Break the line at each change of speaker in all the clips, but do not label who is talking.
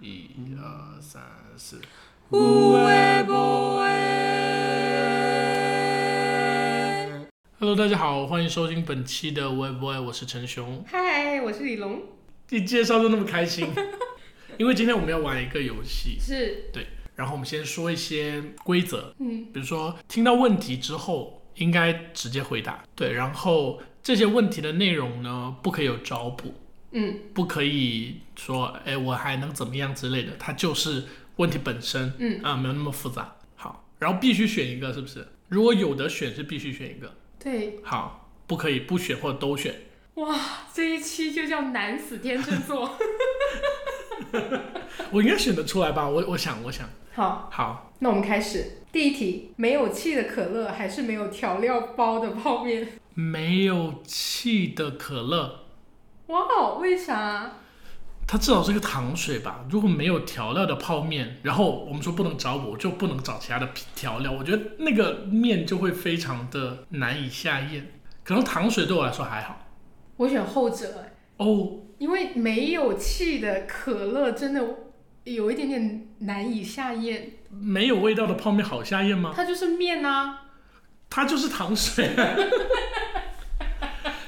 一二三四，
有诶无诶。
Hello，大家好，欢迎收听本期的 w e b o y 我是陈雄。
嗨，我是李龙，
一介绍就那么开 心，因为今天我们要玩一个游戏，
是
然后我们先说一些规则，
嗯，
比如说听到问题之后应该直接回答，对，然后这些问题的内容呢不可以有找补，
嗯
不可以说哎我还能怎么样之类的，它就是问题本身，
嗯
啊没有那么复杂。好，然后必须选一个是不是？如果有的选是必须选一个，
对，啊
好，不可以不选或者都选。
这一期就叫难死天秤 座。
我应该选得出来吧？我我想我想，
好，
好，
那我们开始第一题：没有气的可乐还是没有调料包的泡面？
没有气的可乐，
哇哦，为啥？
它至少是个糖水吧？如果没有调料的泡面，然后我们说不能找我，就不能找其他的调料，我觉得那个面就会非常的难以下咽。可能糖水对我来说还好
我选后者，
哦，
因为没有气的可乐真的有一点点难以下咽，
没有味道的泡面好下咽吗？
它就是面啊。
它就是糖水，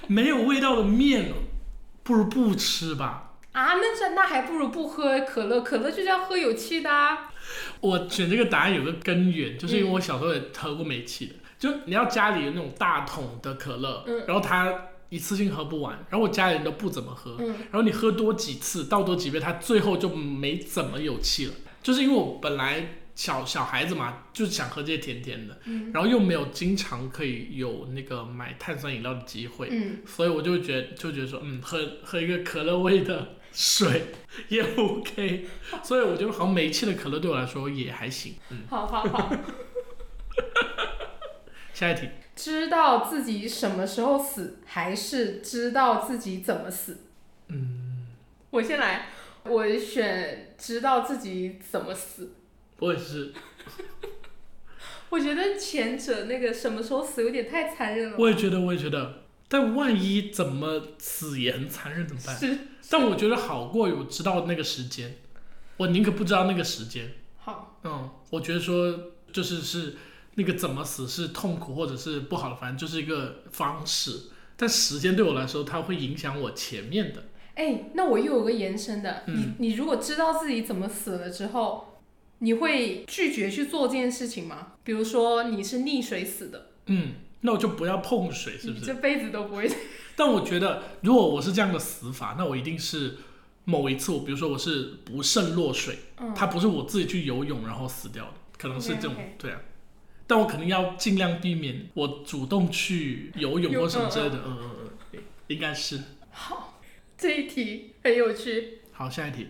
没有味道的面，不如不吃吧。
啊，那这那还不如不喝可乐，可乐就是要喝有气的啊。
我选这个答案有个根源，就是因为我小时候也喝过煤气的，就你要家里有那种大桶的可乐，
嗯
然后它一次性喝不完，然后我家里人都不怎么喝，
嗯
然后你喝多几次，倒多几杯，它最后就没怎么有气了，就是因为我本来。小小孩子嘛，就是想喝这些甜甜的，
嗯
然后又没有经常可以有那个买碳酸饮料的机会，
嗯，
所以我就觉得就觉得说，嗯，喝喝一个可乐味的水也 OK，所以我觉得好像煤气的可乐对我来说也还行。嗯，
好好好，
下一题，
知道自己什么时候死，还是知道自己怎么死？嗯，我先来，我选知道自己怎么死。
我也是，
我觉得前者那个什么时候死有点太残忍了。
我也觉得，我也觉得，但万一怎么死也很残忍怎么办？
是
但我觉得好过有知道那个时间，我宁可不知道那个时间。
好，
嗯，我觉得说就是是那个怎么死是痛苦或者是不好的，反正就是一个方式。但时间对我来说，它会影响我前面的。
哎，那我又有个延伸的，
嗯
你你如果知道自己怎么死了之后，你会拒绝去做这件事情吗？比如说你是溺水死的，
嗯，那我就不要碰水，是不
你
是？
这辈子都不会。
但我觉得，如果我是这样的死法，那我一定是某一次，我比如说我是不慎落水，
嗯，
它不是我自己去游泳然后死掉的，可能是这种
OK，OK
对啊。但我肯定要尽量避免我主动去游泳
游
或什么之类
嗯
的，嗯嗯嗯对，应该是。
好，这一题很有趣。
好，下一题，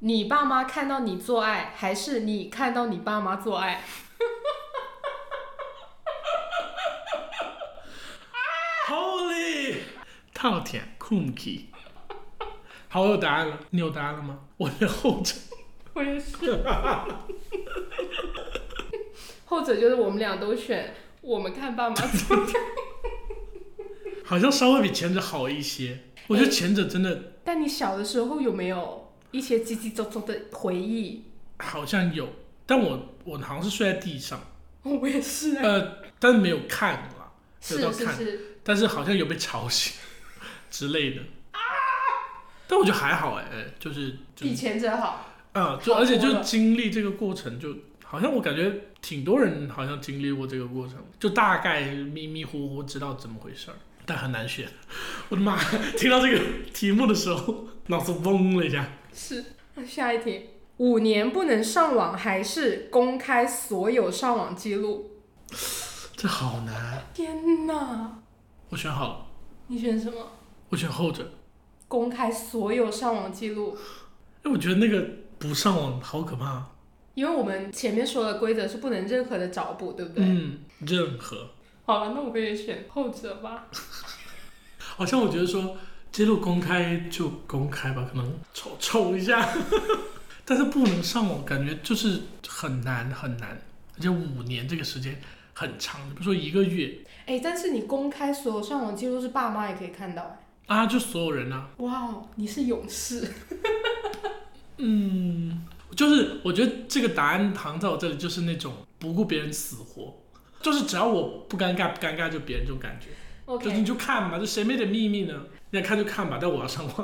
你爸妈看到你做爱，还是你看到你爸妈做爱？
Holy，套舔 Cookie，好，我有答案了，你有答案了吗？我的后者，
我也 是。后者就是我们俩都选，我们看爸妈 做爱。
好像稍微比前者好一些。我觉得前者真的
但你小的时候有没有一些叽叽喳喳的回忆？
好像有，但我我好像是睡在地上，
我也是，
呃，但是没有看啦，有
是
到
是
看，
是，
但是好像有被吵醒之类的。但我觉得还好哎、哎就是就
比
是
前者好。
啊，就
好
而且
多
就
了
经历这个过程就，好像我感觉挺多人好像经历过这个过程，就大概迷迷糊糊知道怎么回事儿，但很难选。我的妈！ 听到这个题目的时候，脑子嗡了一下。
是，下一题，五年不能上网，还是公开所有上网记录？
这好难。
天哪，
我选好了，
你选什么？
我选后者。
公开所有上网记录。
哎，我觉得那个不上网好可怕。
因为我们前面说的规则是不能任何的找补，对不对？
嗯，任何
好了，那我也选后者吧。
好像我觉得说揭露公开就公开吧，可能丑丑一下， 但是不能上网，感觉就是很难很难，而且五年这个时间很长，比如说一个月
哎，但是你公开所有上网记录是爸妈也可以看到哎。
啊，就所有人啊，
哇哦，你是勇士，
嗯，就是我觉得这个答案躺在我这里，就是那种不顾别人死活，就是只要我不尴尬，不尴尬就别人这种感觉。就你
OK
就看吧，就谁没点秘密呢？你想看就看吧，但我要上网。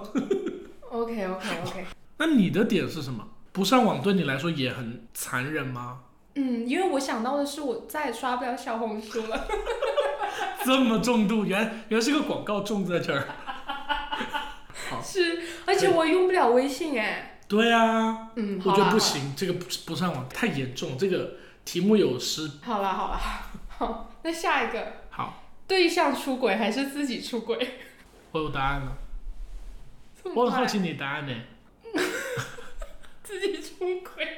OK OK OK，
那你的点是什么？不上网对你来说也很残忍吗？
嗯，因为我想到的是我再也刷不了小红书了。
这么重度，原原来是个广告种在这儿。
是，而且我用不了微信哎。
对啊，
嗯，
我
好
觉得
啦
不，行，这个不不上网太严重，这个题目有失。
好啦，好啦， 好，那下一个，
好，
对象出轨还是自己出轨？
我有答案了，
这么
我很
快
好奇你答案呢、
自己出轨，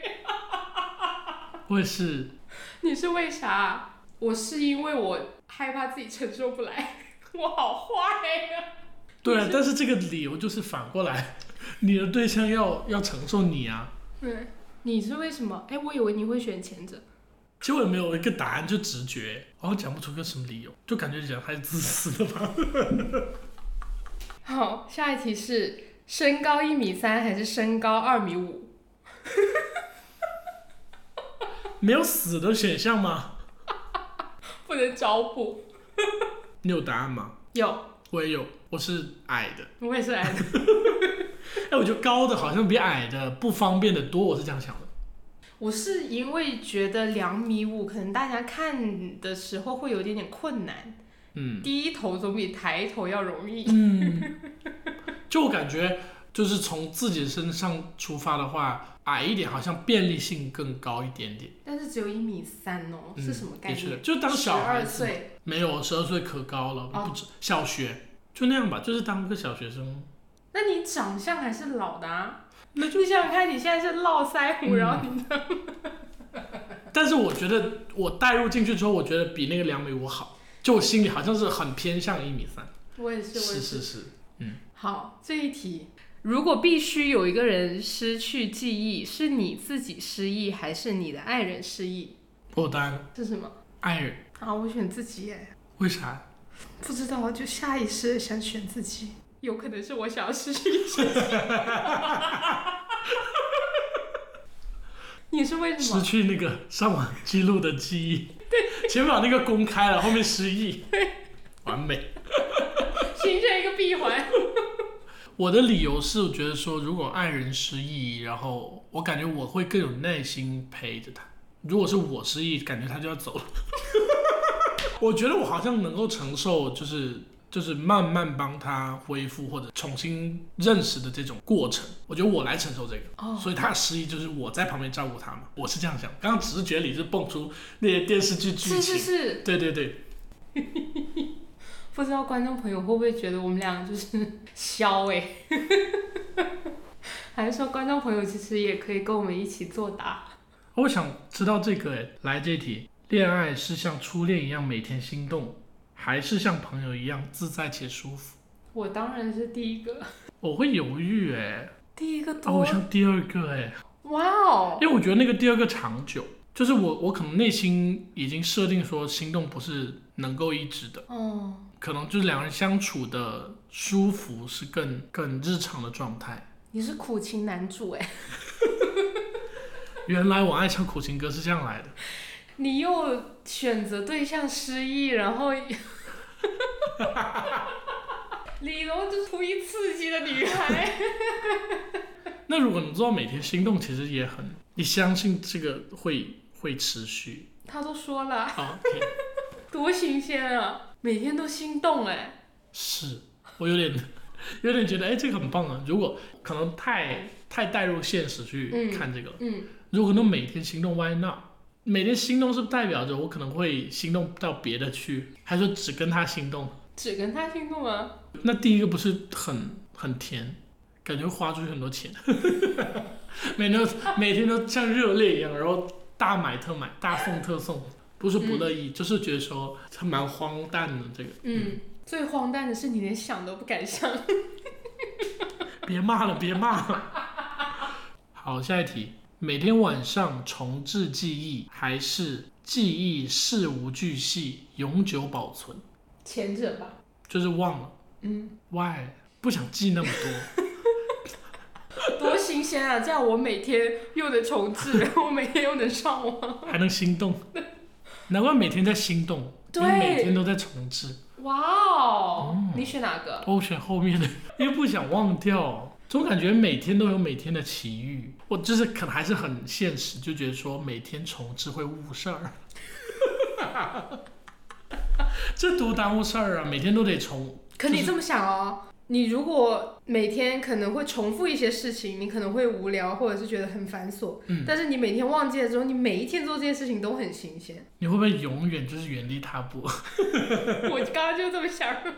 我也是，
你是为啥？我是因为我害怕自己承受不来，我好坏呀、
对啊
你，是
但是这个理由就是反过来， 你的对象要要承受你啊。
嗯，你是为什么？哎，我以为你会选前者。
其实我也没有一个答案，就直觉，然后讲不出个什么理由，就感觉人还是自私的吧。
好，下一题是身高一米三还是身高二米五？
没有死的选项吗？
不能找补。
你有答案吗？
有，
我也有，我是矮的。
我也是矮的。
哎，我觉得高的好像比矮的不方便的多，我是这样想的。
我是因为觉得两米五，可能大家看的时候会有一点点困难，
嗯
低头总比抬头要容易。
嗯， 就我感觉，就是从自己身上出发的话，矮一点好像便利性更高一点点。
但是只有一米三哦，
嗯
是什么概
的确的
念？
就当小孩
二
子嘛
岁，
没有，十二岁可高了，
哦
不止小学就那样吧，就是当个小学生。
那你长相还是老的啊？
那
就想想看，你现在是络腮胡，
嗯
然后你
但是我觉得我带入进去之后，我觉得比那个两米五好，就我心里好像是很偏向一米三。
我也是，我
是
也
是是，
好，这一题，如果必须有一个人失去记忆，是你自己失忆还是你的爱人失忆？
我有答案了，
是什么？
哦爱人，
啊，我选自己耶，
为啥？
不知道，就下意识地想选自己。有可能是我想要失去 自己。你是为什
失
么？
去那个上网记录的记忆，对，前面把那个公开了，后面失忆， 完美。
形成一个闭环。
我的理由是，我觉得说，如果爱人失忆，然后我感觉我会更有耐心陪着他。如果是我失忆，感觉他就要走了。 我觉得我好像能够承受，就是就是慢慢帮他恢复或者重新认识的这种过程。我觉得我来承受这个，
哦
所以他失忆就是我在旁边照顾他嘛。我是这样想，刚刚直觉里是蹦出那些电视剧剧情。
是是是，
对对对，
不知道观众朋友会不会觉得我们俩就是 削哎、 还是说观众朋友其实也可以跟我们一起作答？
我想知道这个诶，来这题，恋爱是像初恋一样每天心动，还是像朋友一样自在且舒服？
我当然是第一个，
我会犹豫诶，
第一个
哦，我像第二个诶，
哇哦，
因为我觉得那个第二个长久，就是我我可能内心已经设定说心动不是能够一直的，
嗯，
可能就是两人相处的舒服是更更日常的状态。
你是苦情男主哎、
原来我爱唱苦情歌是这样来的，
你又选择对象失忆，然后。 李龙就是图一刺激的女孩，
那如果能做到每天心动，其实也很，你相信这个会会持续
他都说了，
啊？OK，
多新鲜啊，每天都心动哎、
是我有点 有点觉得，哎，这个很棒啊。如果可能太太带入现实去
嗯
看这个了，
嗯，
如果能每天心动，Why not？每天心动是不是代表着我可能会心动到别的去，还是说只跟他心动？
只跟他心动啊，
那第一个不是很很甜，感觉花出去很多钱， 每天都每天都像热烈一样，然后大买特买，大送特送，不是不乐意，就是觉得说他蛮荒诞的这个。
嗯，最荒诞的是你连想都不敢想。
别骂了，别骂了。 好，下一题，每天晚上重置记忆，还是记忆事无巨细，永久保存？
前者吧，
就是忘了
嗯，
，why？不想记那么多，
多新新鲜啊！这样我每天又能重 置，我每天又能上网。
还能心动， 难怪每天在心动，因为
对
每天都在重置。
哇哦！
嗯
你选哪个？
我选后面的， 因为不想忘掉，总感觉每天都有每天的奇遇。我就是可能还是很现实，就觉得说每天重置会误事儿， 这多耽误事儿啊！每天都得重，
可你这么想哦，你如果每天可能会重复一些事情，你可能会无聊，或者是觉得很繁琐。
嗯
但是你每天忘记了之后，你每一天做这件事情都很新鲜。
你会不会永远就是原地踏 步？
我刚刚就这么想，
原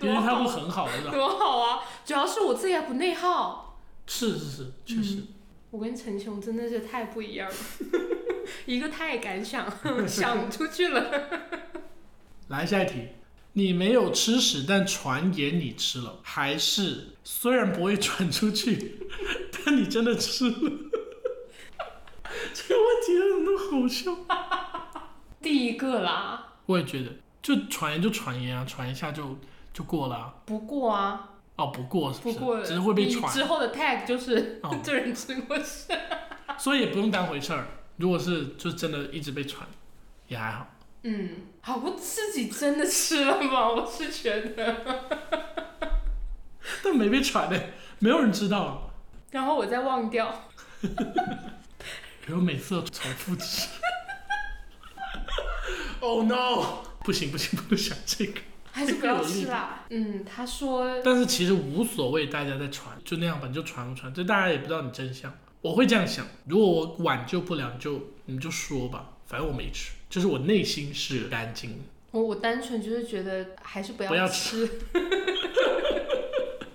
多
地踏步
好，
很好，是吧？
多好啊！主要是我自己还不内耗。
是是是，确实。
我跟陈雄真的是太不一样了，一个太敢想， 想出去了。
来下一题，你没有吃屎，但传言你吃了，还是虽然不会传出去， 但你真的吃了？ 这个问题真的那么好笑。
第一个啦，
我也觉得，就传言就传言啊，传一下就就过了、啊。
不过啊，
哦，不过是不
不
是？
过
只是会被
你
传，
之后的 tag 就是、
哦
这人吃过屎，
所以也不用当回事儿。如果是就真的一直被传，也还好。
嗯，好，我自己真的吃了吗？ 我是觉得，
但没被传的、没有人知道啊。
然后我再忘掉，
可是我每次都重复吃。oh no！不行不行，不能想这个。
还是不要吃啦。嗯，他说
但是其实无所谓，大家在传就那样吧，你就传不传，这大家也不知道你真相。我会这样想，如果我挽救不了，你就你就说吧，反正我没吃，就是我内心是干净的，
我我单纯就是觉得还是不
不要
吃，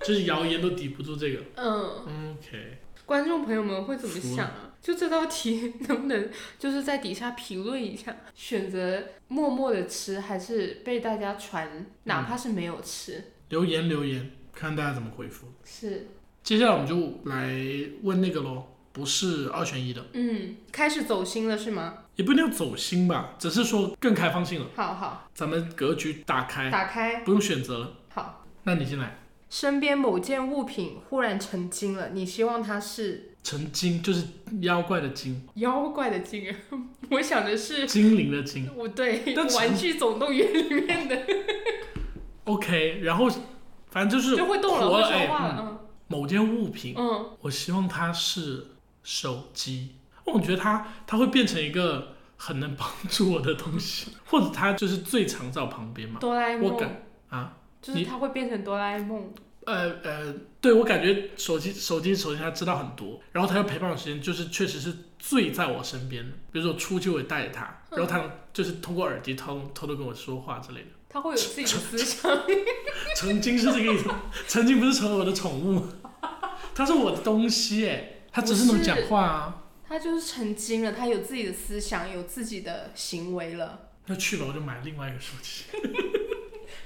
就是谣言都抵不住这个。
嗯。
OK，
观众朋友们会怎么
服了
想啊？就这道题 能不能就是在底下评论一下，选择默默的吃，还是被大家传，哪怕是没有吃？
留言留言，看大家怎么回复。
是，
接下来我们就来问那个咯，不是二选一的，
嗯，开始走心了是吗？
也不一定要走心吧，只是说更开放性了，
好好，
咱们格局打开。
打开，
不用选择了，
好。
那你先来。
身边某件物品忽然成精了，你希望它是
成精就是妖怪的精，
妖怪的精啊？ 我想的是，
精灵的精。
我对
但
《
成
玩具总动员》里面的
OK，然后反正就是
就会动了，
活
会
了
说话
哎
了，
某件物品，
嗯
我希望它是手机。我觉得它它会变成一个很能帮助我的东西，或者它就是最常在我旁边
嗯，
嘛。
哆啦 A
我
梦
感啊，
就是
你
它会变成哆啦 A 梦。
呃呃，对我感觉手机手机首先它知道很多，然后它又陪伴我的时间，就是确实是最在我身边的。比如说我出去我也带着它，然后它能就是通过耳机偷偷偷跟我说话之类的。
他会有自己的思想，
曾经是这个意思，曾经不是成为我的宠物，它是我的东西哎，它只是能讲话啊。
他就是成精了，他有自己的思想，有自己的行为了。
那去吧，我就买另外一个手机。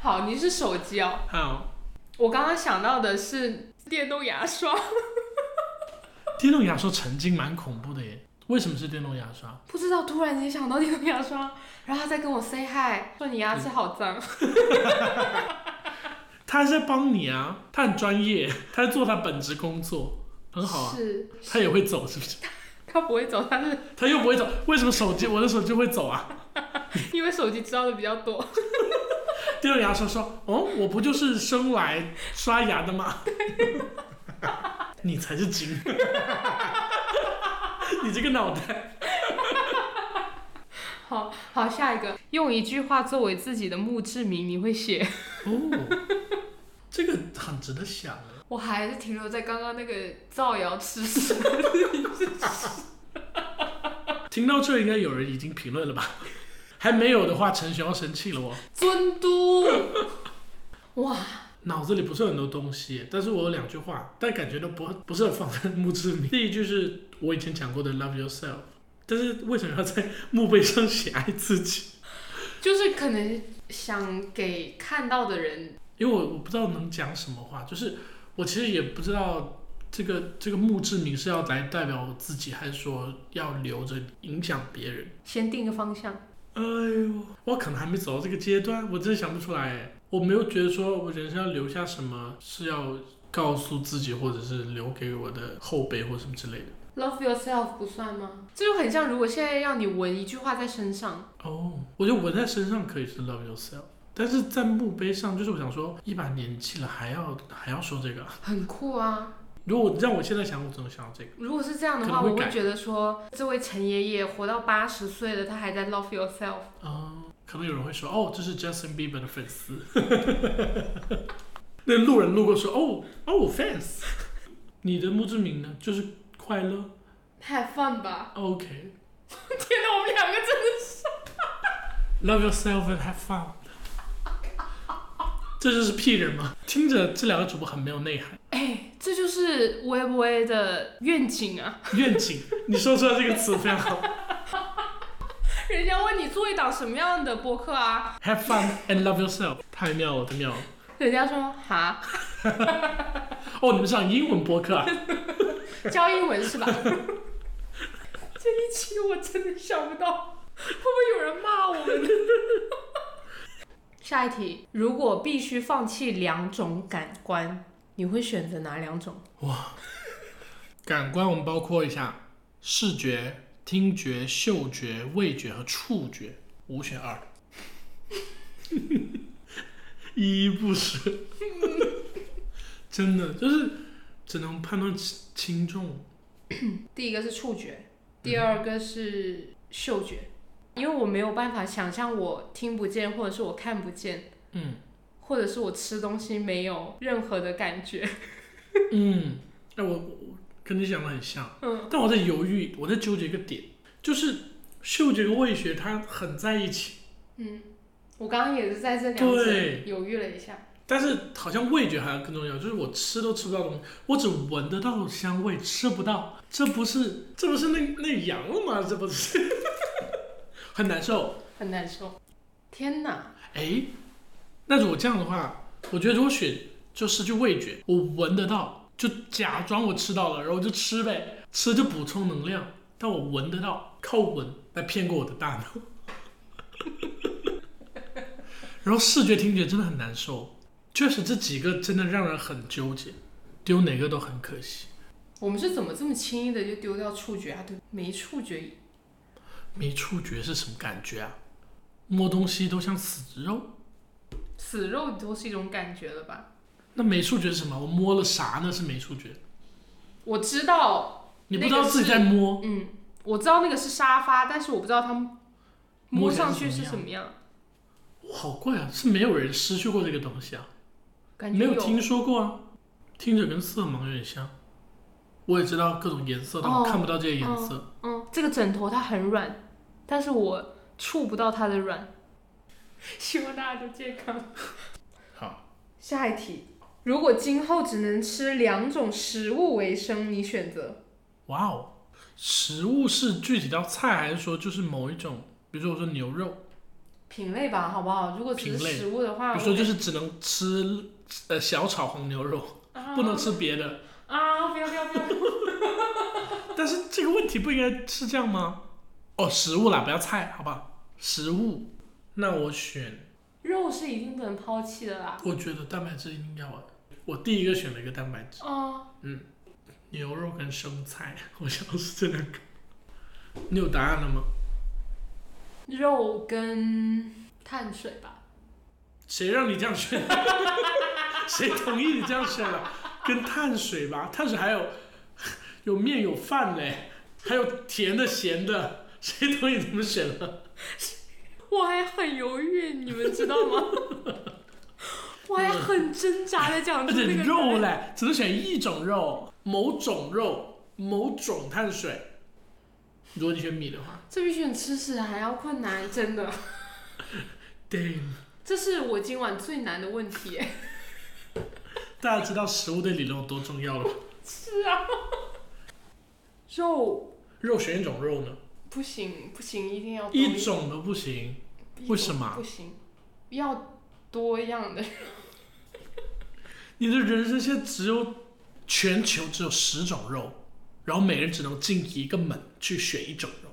好，你是手机哦，
好，
我刚刚想到的是电动牙刷，
电动牙刷曾经蛮恐怖的耶，为什么是电动牙刷？
不知道突然间想到电动牙刷，然后他在跟我 say hi，说你牙齿好
嗯
脏，
它是在帮你啊，它很专业，它在做它本职工作，很好啊。
是，
它也会走是不是？
他不会走，但是
它又不会走，为什么手机我的手机会走啊？
因为手机知道的比较多，
电动牙刷说：“哦，我不就是生来刷牙的吗？你才是精， 你这个脑袋
好好，下一个，用一句话作为自己的墓志铭，你会写？
哦，这个很值得想啊。
我还是停留在刚刚那个造谣吃屎，
听到这，应该有人已经评论了吧？还没有的话，陈雄要生气了哦。
尊 嘟，哇，
脑子里不是很多东西，但是我有两句话，但感觉都不不是很放在墓志铭。第一句是我以前讲过的 “love yourself”，但是为什么要在墓碑上写爱自己？
就是可能想给看到的人，
因为我我不知道能讲什么话，就是我其实也不知道这个这个墓志铭是要来代表我自己，还是说要留着影响别人？
先定个方向。
哎呦，我可能还没走到这个阶段，我真的想不出来哎。我没有觉得说我人生要留下什么是要告诉自己，或者是留给我的后辈或什么之类的。
Love yourself 不算吗？这就很像，如果现在让你纹一句话在身上，
哦，我觉得纹在身上可以是 love yourself，但是在墓碑上，就是我想说，一把年纪了还要还要说这个啊。
很酷啊！
如果让我现在想，我只能想到这个。
如果是这样的
可
话，
能
我
会改
会觉得说，这位陈爷爷活到八十岁了，他还在 love yourself。
哦，可能有人会说，哦，这是 Justin Bieber 的粉丝。 那路人路过说，哦哦 fans。你的墓志铭呢？就是快乐。
Have fun 吧！
OK。
天哪，我们两个真的是
Love yourself and have fun。这就是屁人吗？听着这两个主播很没有内涵。
哎，这就是微微的愿景啊！
愿景，你说出来这个词非常好。
人家问你做一档什么样的播客啊？
Have fun and love yourself。太妙了，太妙了。
人家说哈，
哦，你们上英文播客啊？
教英文是吧？这一期我真的想不到，会不会有人骂我们呢？下一题，如果必须放弃两种感官，你会选择哪两种？
感官我们包括一下视觉、听觉、嗅觉、味觉和触觉，五选二， 一一不识。 真的就是只能判断轻轻重。
第一个是触觉，第二个是嗅觉，因为我没有办法想象我听不见，或者是我看不见，
嗯
或者是我吃东西没有任何的感觉。
嗯，哎，我我跟你想的很像，
嗯，
但我在犹豫，我在纠结一个点，就是嗅觉跟味觉它很在一起，
我刚刚也是在这两者
对
犹豫了一下。
但是好像味觉好像更重要，就是我吃都吃不到东西，我只闻得到香味，吃不到，这不是这不是那那羊了吗？这不是 很难受。
很难受。天哪，
哎，那如果这样的话，我觉得如果选就失去味觉，我闻得到，就假装我吃到了，然后就吃呗，吃就补充能量，但我闻得到，靠闻来骗过我的大脑。 然后视觉、听觉真的很难受，确实这几个真的让人很纠结，丢哪个都很可惜。
我们是怎么这么轻易的就丢掉触觉啊？对，没触觉，
没触觉是什么感觉啊？摸东西都像死肉。
死肉都是一种感觉了吧？
那没触觉是什么？我摸了啥呢？是没触觉？
我知道，
你不知道自己在摸，
嗯，我知道那个是沙发，但是我不知道它摸
摸
上去
起来是
是什
什么
么样，
哇好怪啊！是没有人失去过这个东西啊，
感
没
觉
有听说过啊。听着跟色盲有点像，我也知道各种颜色，但我
哦
看不到这些颜色。
嗯，这个枕头它很软，但是我触不到它的软。希望大家都健康。
好，
下一题，如果今后只能吃两种食物为生，你选择？
哇哦，食物是具体到菜，还是说就是某一种？比如说我说牛肉，
品类吧，好不好？如果只是
品类
食物的
比如
话，啊我
说就
感
是只能吃呃小炒黄牛肉，
啊
不能吃别的。
啊！不要不要不要！
但是这个问题不应该是这样吗？哦，食物啦，不要菜，好吧？食物，那我选，
肉是一定不能抛弃的啦。
我觉得蛋白质应该我，我第一个选了一个蛋白质。
哦，
牛肉跟生菜，我想是这两个。你有答案了吗？
肉跟碳水吧。
谁让你这样选？ 谁同意你这样选了？跟碳水吧，碳水还有有面有饭嘞，还有甜的咸的，谁同意你这么选了？
我还很犹豫，你们知道吗？ 我还很挣扎的讲
而
出
且
那个
肉
来。
嘞，只能选一种肉，某种肉，某种碳水。如果你选米的话
这比选吃屎还要困难，真的。
，damn。
这是我今晚最难的问题。
大家知道食物对理论有多重要了吗？
是啊。肉
肉选一种肉呢，
不行不行，一定要多
一种都不行。
一
为什么
不行，要多样的。
你的人生现在只有全球只有十种肉，然后每人只能进一个门去选一种肉，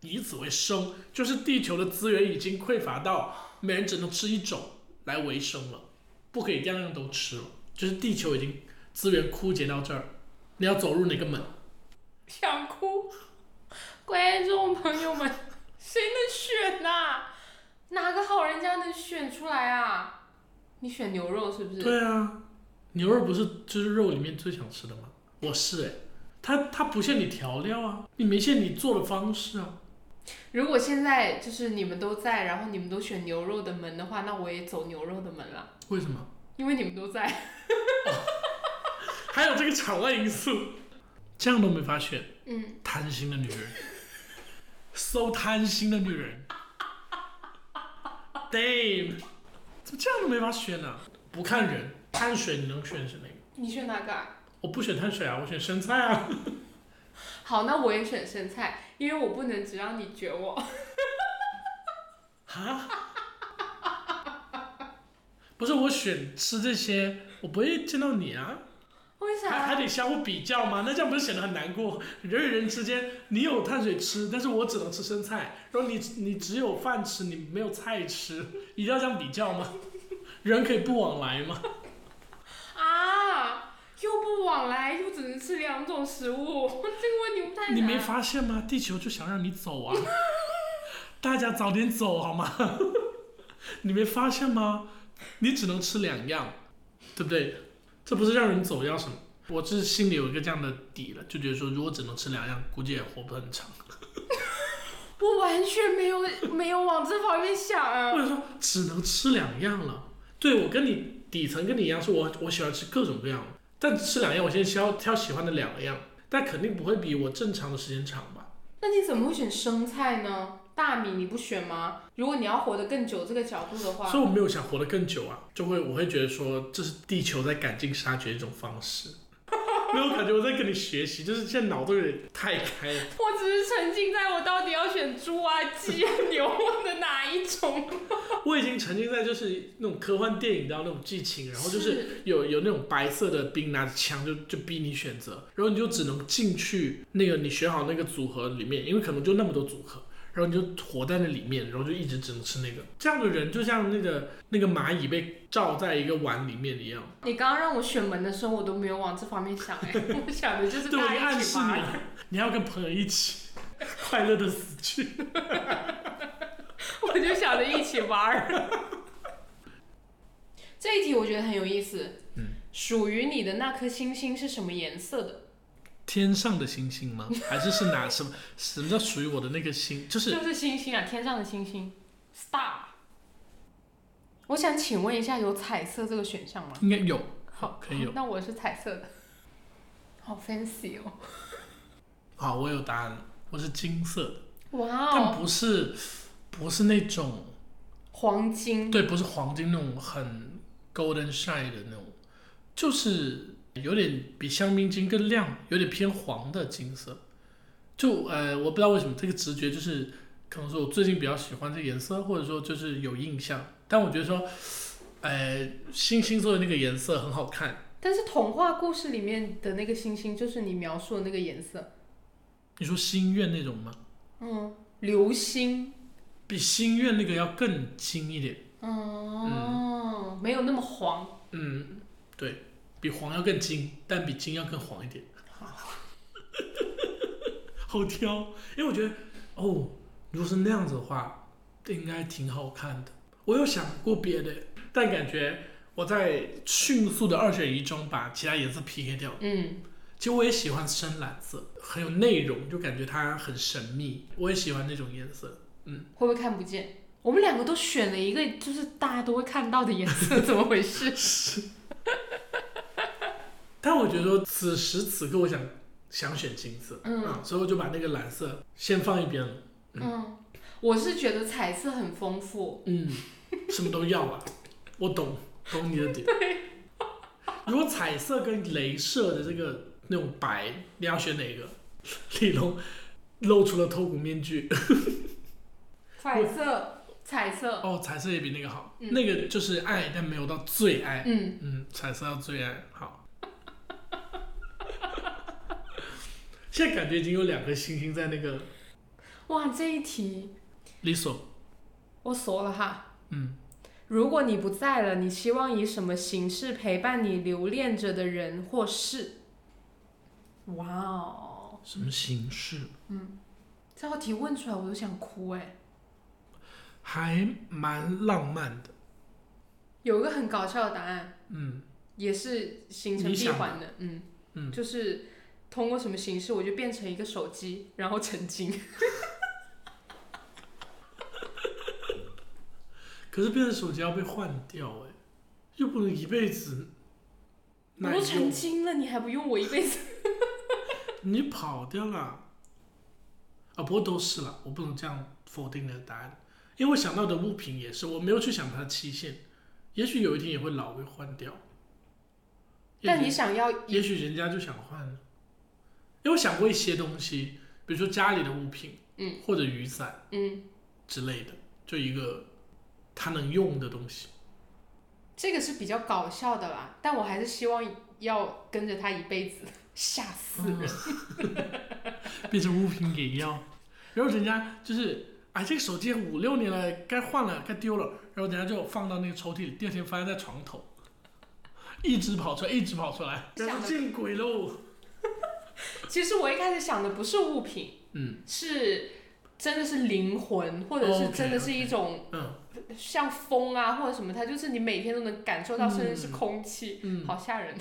以此为生，就是地球的资源已经匮乏到每人只能吃一种来为生了，不可以样样都吃了，就是地球已经资源枯竭到这儿，你要走入哪个门？
想哭，观众朋友们，谁能选呐、哪个好人家能选出来啊？你选牛肉是不是？
对啊，牛肉不是就是肉里面最想吃的吗？我是哎、它它不限你调料啊，你没限你做的方式啊。
如果现在就是你们都在，然后你们都选牛肉的门的话，那我也走牛肉的门了，
为什么？
因为你们都在。
还有这个场外因素，这样都没法选，
嗯，
贪心的女人，so 贪心的女人，damn，怎么这样都没法选呢、不看人，碳水你能选是哪个？
你选哪个、啊？
我不选碳水啊，我选生菜啊。
好，那我也选生菜，因为我不能只让你卷我。
哈？不是我选吃这些，我不会见到你啊，
为
还还
啥？
得相互比较吗？那这样不是显得很难过？人与人之间，你有碳水吃，但是我只能吃生菜，然后你你只有饭吃，你没有菜吃， 一定要这样比较吗？人可以不往来吗？
啊，又不往来，又只能吃两种食物，这个问题太难。
你没发现吗？地球就想让你走啊！大家早点走好吗？ 你没发现吗？你只能吃两样，对不对？这不是让人走，要什么？我是心里有一个这样的底了，就觉得说，如果只能吃两样，估计也活不很长。
我完全没有 没有往这方面想啊
或。者说只能吃两样了。对我跟你底层跟你一样，是我我喜欢吃各种各样的，但吃两样，我先挑挑喜欢的两样，但肯定不会比我正常的时间长吧？
那你怎么会选生菜呢？大米你不选吗？如果你要活得更久这个角度的话，
所以我没有想活得更久啊，就会我会觉得说这是地球在赶尽杀绝的一种方式。没有我感觉我在跟你学习，就是现在脑洞有点太开了。
我只是沉浸在我到底要选猪啊、鸡啊、牛啊的哪一种。
我已经沉浸在就是那种科幻电影的那种剧情，然后就是有有那种白色的兵拿着枪就就逼你选择，然后你就只能进去那个你选好那个组合里面，因为可能就那么多组合，然后你就活在那里面，然后就一直只能吃那个。这样的人就像那个那个蚂蚁被罩在一个碗里面一样。
你刚刚让我选门的时候，我都没有往这方面想 哎，我想的就是
对，我
大
已经
家
暗
一
示
起
你
玩。
了，你要跟朋友一起 快乐的死去。
我就想着一起玩儿。这一题我觉得很有意思。
嗯，
属于你的那颗星星是什么颜色的？
天上的星星吗？还是是哪什么什么叫属于我的那个星？就是
就是星星啊，天上的星星，star。我想请问一下，有彩色这个选项吗？哦
应该有，好，可以有。
那我是彩色的，好 fancy 哦！
好，啊我有答案了，我是金色的，
哇
但
哦，
不是不是那种
黄金，
对，不是黄金那种很 golden shine 的那种，就是有点比香槟金更亮，有点偏黄的金色。就呃，我不知道为什么这个直觉就是，可能是我最近比较喜欢这个颜色，或者说就是有印象。但我觉得说，呃，星星做的那个颜色很好看。
但是童话故事里面的那个星星就是你描述的那个颜色，
你说心愿那种吗？
嗯，流星，
比心愿那个要更金一点，
哦，没有那么黄，
嗯，对比黄要更金，但比金要更黄一点。 好挑，因为我觉得哦，如果是那样子的话，应该挺好看的。我有想过别的，但感觉我在迅速的二选一中把其他颜色 PK 掉。
嗯，
其实我也喜欢深蓝色，很有内容，就感觉它很神秘。我也喜欢那种颜色。
会不会看不见？我们两个都选了一个就是大家都会看到的颜色，怎么回事？
但我觉得说此时此刻，我想想选金色，
嗯
啊，所以我就把那个蓝色先放一边了。
嗯，我是觉得彩色很丰富，
嗯，什么都要吧，我懂，懂你的点。如果彩色跟镭射的这个那种白，你要选哪个？李龙露出了透骨面具。
彩色，彩色，
哦，彩色也比那个好，
嗯
那个就是爱，但没有到最爱。
嗯，
嗯，彩色要最爱好。现在感觉已经有两颗星星在那个
哇，这一题
里索，
我锁了哈。
嗯，
如果你不在了，你希望以什么形式陪伴你留恋着的人或事？哇哦，
什么形式？
这道题问出来我都想哭哎、
还蛮浪漫的。
有一个很搞笑的答案，
嗯，
也是形成
你
闭
想
环的，嗯
嗯
就是通过什么形式我就变成一个手机，然后成精。
可是变成手机要被换掉哎、又不能一辈子
我
耐
都成
用，
精了，你还不用我一辈子？
你跑掉了。啊，不过都是了，我不能这样否定的答案，因为我想到的物品也是，我没有去想它的期限，也许有一天也会老会换掉。
但
也
你想要一
也许人家就想换了，因为我想过一些东西，比如说家里的物品，
嗯，
或者雨伞
嗯，
之类的，就一个他能用的东西。
这个是比较搞笑的啦，但我还是希望要跟着他一辈子，吓死人。嗯
变成物品也要。然后人家就是，哎，这个手机五六年了，该换了，该丢了。然后人家就放到那个抽屉里，第二天发现在床头，一直跑出来，一直跑出来，
想
然后
得
见鬼喽！
其实我一开始想的不是物品，
嗯
是真的是灵魂，或者是
OK，
真的是一种
嗯
像风啊或者什么，它就是你每天都能感受到，
嗯
甚至是空气，
嗯。
好吓人。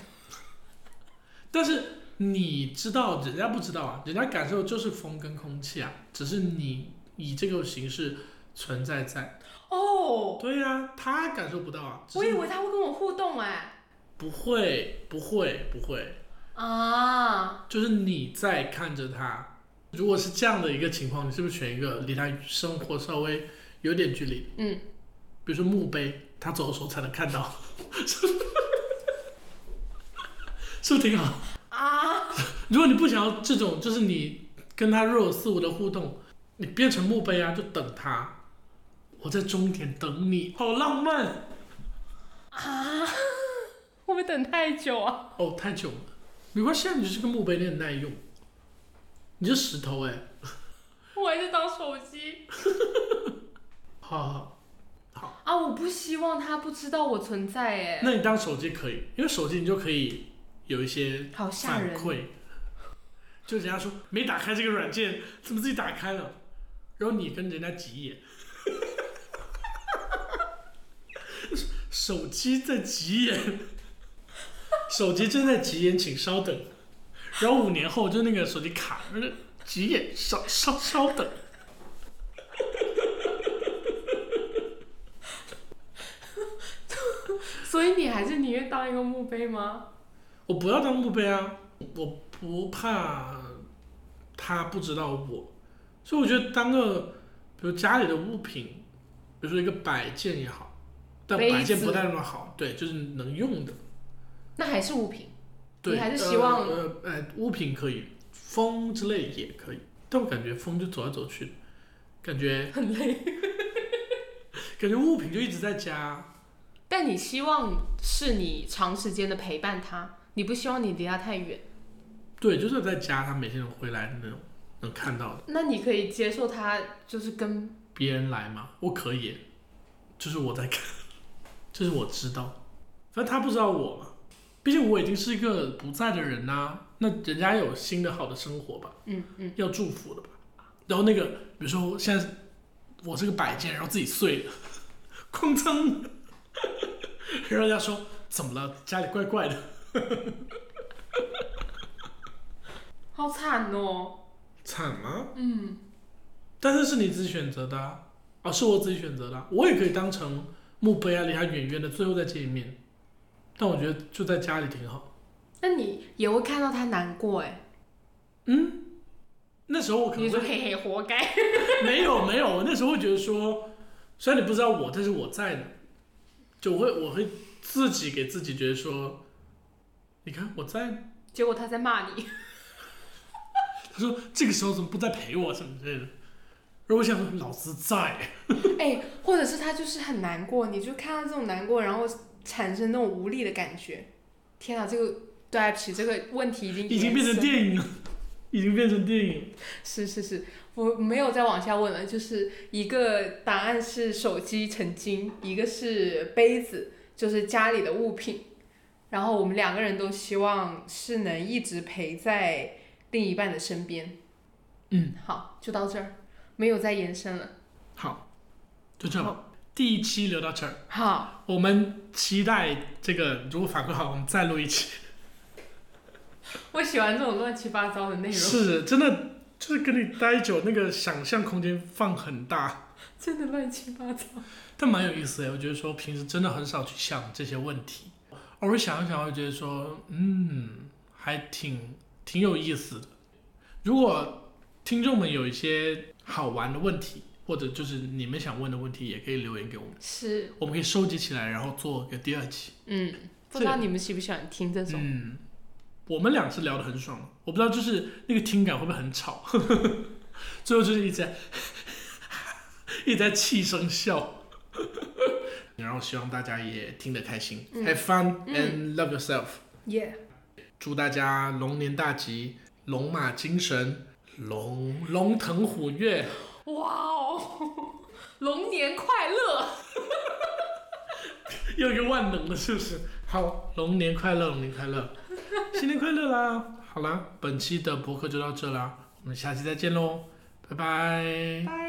但是你知道，人家不知道啊，人家感受就是风跟空气啊，只是你以这个形式存在在。
哦，
对呀、他感受不到啊，只
我以
是
为他会跟我互动哎、
不会，不会，不会，
啊，
就是你在看着他。如果是这样的一个情况，你是不是选一个离他生活稍微有点距离？
嗯，
比如说墓碑，他走的时候才能看到， 是不是挺好？
啊，
如果你不想要这种，就是你跟他若有似无的互动，你变成墓碑啊，就等他，我在终点等你，好浪漫
会不会等太久啊？
哦，太久了，没关系，啊，你就是个墓碑，你很耐用，你就石头哎、
我还是当手机
好好好，
啊！我不希望他不知道我存在哎、
那你当手机可以，因为手机你就可以有一些
好吓
反
人。
馈，就人家说没打开这个软件，怎么自己打开了，然后你跟人家急眼，手机在急眼，手机正在急眼，请稍等。然后五年后就那个手机卡，急眼，稍稍稍等。
所以你还是宁愿当一个墓碑吗？
我不要当墓碑啊，我不怕他不知道我，所以我觉得当个比如家里的物品，比如说一个摆件也好，但
杯
摆件
子
不太那么好，对，就是能用的，
那还是物品。
对，
你还是希望
呃呃呃物品可以，风之类也可以，但我感觉风就走来走去，感觉
很累。
感觉物品就一直在家，
但你希望是你长时间的陪伴他，你不希望你离他太远。
对，就是在家，他每天能回来的那种能看到的。
那你可以接受他就是跟
别人来吗？我可以，就是我在看， 就是我知道，反正他不知道我嘛，毕竟我已经是一个不在的人呐、那人家有新的好的生活吧，
嗯嗯，
要祝福的吧。然后那个，比如说现在我是个摆件，然后自己碎了， 哐当，然后人家说怎么了？家里怪怪的，
好惨哦。
惨吗？
嗯，
但是是你自己选择的啊，哦，是我自己选择的啊、我也可以当成墓碑啊，离他远远的，最后再见一面。但我觉得就在家里挺好。
那你也会看到他难过哎，
那时候我可
嗯你
能
说
会
嘿嘿，活该。
没有没有，我那时候会觉得说，虽然你不知道我，但是我在呢，就我会我会自己给自己觉得说，你看我在呢，
结果他在骂 你，
他说这个时候怎么不再陪我什么之类的。然后我想说老子在，
哎，或者是他就是很难过，你就看到这种难过，然后产生那种无力的感觉。天啊，这个对不起，这个问题已经
已经变成
延伸
电影了。已经变成电影。
是是是，我没有再往下问了，就是一个答案是手机成精，一个是杯子，就是家里的物品。然后我们两个人都希望是能一直陪在另一半的身边。
嗯，
好，就到这儿，没有再延伸了。
好，就这吧。第一期聊到这儿，
好，
我们期待这个，如果反馈好，我们再录一期。
我喜欢这种乱七八糟的内容，
是真的，就是跟你待久，那个想象空间放很大，
真的乱七八糟。
但蛮有意思的。我觉得说平时真的很少去想这些问题，偶尔想一想，会觉得说，嗯，还挺挺有意思的。如果听众们有一些好玩的问题，或者就是你们想问的问题，也可以留言给我们，
是，
我们可以收集起来，然后做个第二期。
嗯，不知道你们喜不喜欢听这种。
嗯，我们俩是聊得很爽的，我不知道就是那个听感会不会很吵， 最后就是一直在 一直在气声笑。然后希望大家也听得开心、
嗯
h a v e fun
嗯
and love yourself、
耶、
祝大家龙年大吉，龙马精神，龙龙腾虎跃。
哇哦， 龙年快乐！
又一个万能的，是不是？好，龙年快乐，龙年快乐，新年快乐啦！好啦，本期的博客就到这啦，我们下期再见喽，拜拜。
拜。